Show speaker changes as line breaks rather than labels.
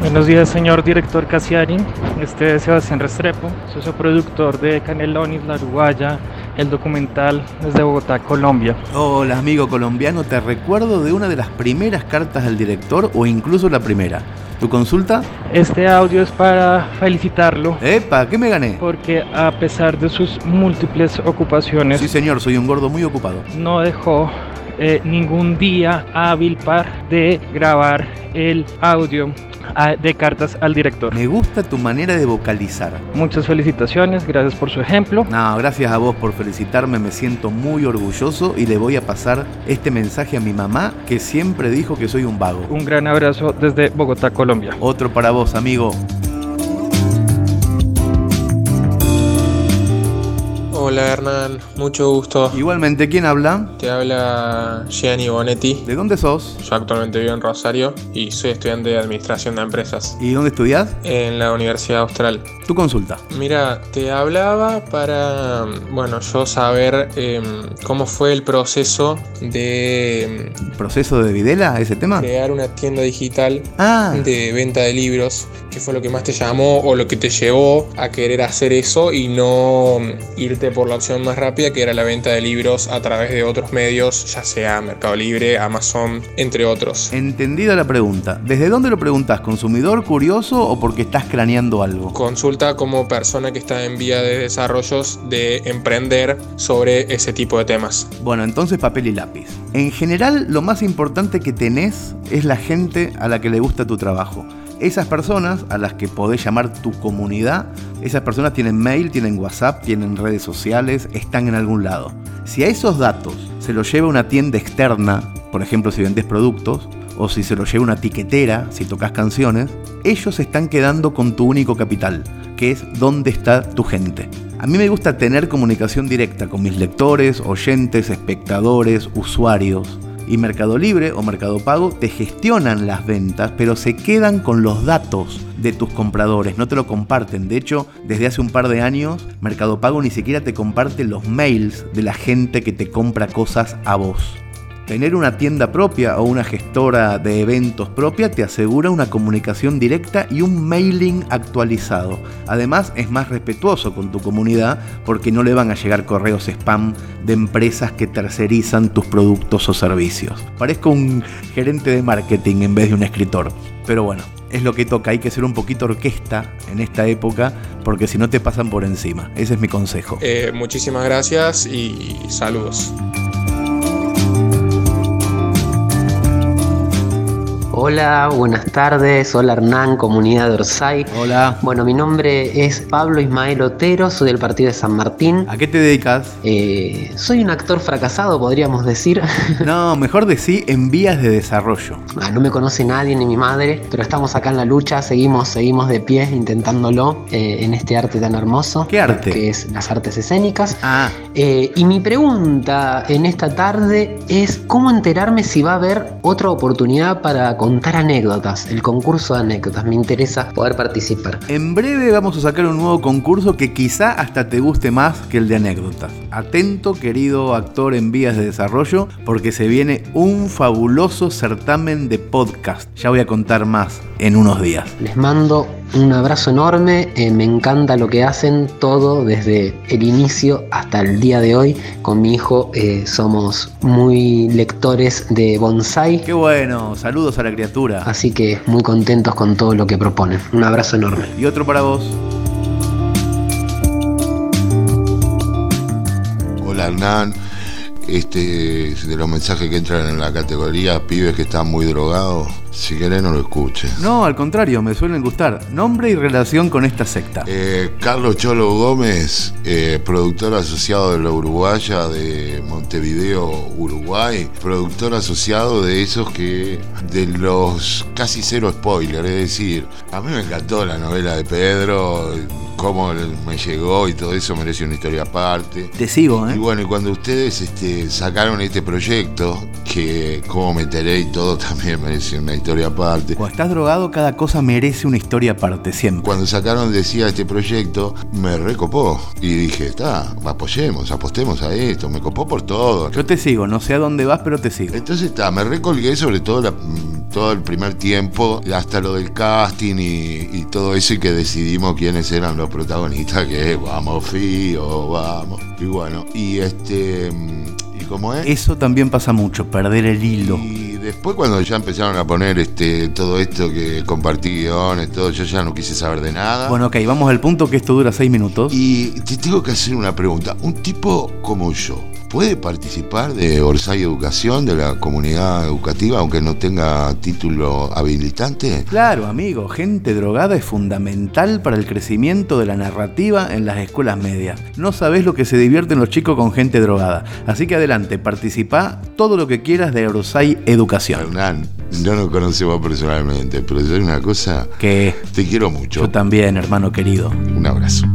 Buenos días, señor director Cassiani. Este es Sebastián Restrepo, socio productor de Canelonis, La Uruguaya, el documental desde Bogotá, Colombia.
Hola, amigo colombiano, te recuerdo de una de las primeras cartas al director o incluso la primera. ¿Tu consulta?
Este audio es para felicitarlo
¡Epa! ¿Qué me gané?
porque a pesar de sus múltiples ocupaciones,
Sí, señor, soy un gordo muy ocupado.
no dejó eh, ningún día hábil par de grabar el audio ah, de cartas al director.
Me gusta tu manera de vocalizar.
Muchas felicitaciones, gracias por su ejemplo.
No, gracias a vos por felicitarme, me siento muy orgulloso y le voy a pasar este mensaje a mi mamá que siempre dijo que soy un vago.
Un gran abrazo desde Bogotá, Colombia.
Otro para vos, amigo.
Hola Hernán, mucho gusto.
Igualmente, ¿quién habla?
Te habla Gianni Bonetti.
¿De dónde sos?
Yo actualmente vivo en Rosario y soy estudiante de Administración de Empresas
¿Y dónde estudias?
en la Universidad Austral.
Tu consulta.
Mira, te hablaba para, bueno, yo saber em, cómo fue el proceso de em,
¿Proceso de Videla, ese tema?
crear una tienda digital
Ah,
de venta de libros, qué fue lo que más te llamó o lo que te llevó a querer hacer eso y no mm, irte por la opción más rápida que era la venta de libros a través de otros medios, ya sea Mercado Libre, Amazon, entre otros.
entendida la pregunta. ¿Desde dónde lo preguntas? ¿Consumidor, curioso o porque estás craneando algo?
Consulta como persona que está en vía de desarrollos de emprender sobre ese tipo de temas.
Bueno, entonces papel y lápiz. En general, lo más importante que tenés es la gente a la que le gusta tu trabajo. Esas personas a las que podés llamar tu comunidad, esas personas tienen mail, tienen WhatsApp, tienen redes sociales, están en algún lado. Si a esos datos se los lleva una tienda externa, por ejemplo si vendés productos, o si se los lleva una tiquetera, si tocas canciones, ellos se están quedando con tu único capital, que es dónde está tu gente. A mí me gusta tener comunicación directa con mis lectores, oyentes, espectadores, usuarios. Y Mercado Libre o Mercado Pago te gestionan las ventas, pero se quedan con los datos de tus compradores, no te lo comparten. De hecho, desde hace un par de años, Mercado Pago ni siquiera te comparte los mails de la gente que te compra cosas a vos. Tener una tienda propia o una gestora de eventos propia te asegura una comunicación directa y un mailing actualizado. Además es más respetuoso con tu comunidad porque no le van a llegar correos spam de empresas que tercerizan tus productos o servicios. Parezco un gerente de marketing en vez de un escritor. Pero bueno, es lo que toca. Hay que ser un poquito orquesta en esta época porque si no te pasan por encima. Ese es mi consejo.
Eh, muchísimas gracias y saludos.
Hola, buenas tardes. Hola Hernán, comunidad de Orsay.
Hola,
Bueno, mi nombre es Pablo Ismael Otero, soy del partido de San Martín.
¿a qué te dedicas?
Eh, soy un actor fracasado, podríamos decir.
No, mejor decir en vías de desarrollo.
Ah, no me conoce nadie ni mi madre, pero estamos acá en la lucha, seguimos, seguimos de pie intentándolo eh, en este arte tan hermoso.
¿Qué arte?
Que es las artes escénicas.
Ah,
Eh, y mi pregunta en esta tarde es cómo enterarme si va a haber otra oportunidad para contar anécdotas, el concurso de anécdotas. Me interesa poder participar.
en breve vamos a sacar un nuevo concurso que quizá hasta te guste más que el de anécdotas. Atento, querido actor en vías de desarrollo, porque se viene un fabuloso certamen de podcast. Ya voy a contar más en unos días.
Les mando un abrazo enorme, eh, me encanta lo que hacen todo desde el inicio hasta el día de hoy. Con mi hijo eh, somos muy lectores de bonsai,
Qué bueno, saludos a la criatura.
así que muy contentos con todo lo que proponen. Un abrazo enorme.
Y otro para vos.
Hola Hernán, este es de los mensajes que entran en la categoría pibes que están muy drogados, si querés no lo escuches.
No, al contrario, me suelen gustar. Nombre y relación con esta secta.
Eh, Carlos Cholo Gómez, eh, productor asociado de la Uruguaya de Montevideo, Uruguay, productor asociado de esos que, de los casi cero spoiler, es decir, a mí me encantó la novela de Pedro, cómo me llegó y todo eso merece una historia aparte.
Te sigo,
Y
¿eh?
bueno, y cuando ustedes este, sacaron este proyecto, que como me enteré y todo también merece una historia aparte.
Cuando estás drogado, cada cosa merece una historia aparte, siempre.
Cuando sacaron, decía este proyecto, me recopó. Y dije, está, apoyemos, apostemos a esto, me copó por todo.
Yo te sigo, no sé a dónde vas, pero te sigo.
Entonces está, me recolgué sobre todo la- todo el primer tiempo, hasta lo del casting y, y todo eso, y que decidimos quiénes eran los protagonistas, que es, vamos, Fío, vamos. Y bueno, y este. ¿Y cómo es?
Eso también pasa mucho, perder el hilo.
Y después cuando ya empezaron a poner este todo esto que compartí guiones, todo, yo ya no quise saber de nada.
Bueno, ok, vamos al punto que esto dura seis minutos.
Y te tengo que hacer una pregunta. Un tipo como yo, ¿puede participar de Orsay Educación, de la comunidad educativa, aunque no tenga título habilitante?
Claro, amigo, gente drogada es fundamental para el crecimiento de la narrativa en las escuelas medias. No sabés lo que se divierten los chicos con gente drogada. Así que adelante, participa todo lo que quieras de Orsay Educación.
Hernán, no nos conocemos personalmente, pero yo una cosa,
Que
te quiero mucho.
yo también, hermano querido.
Un abrazo.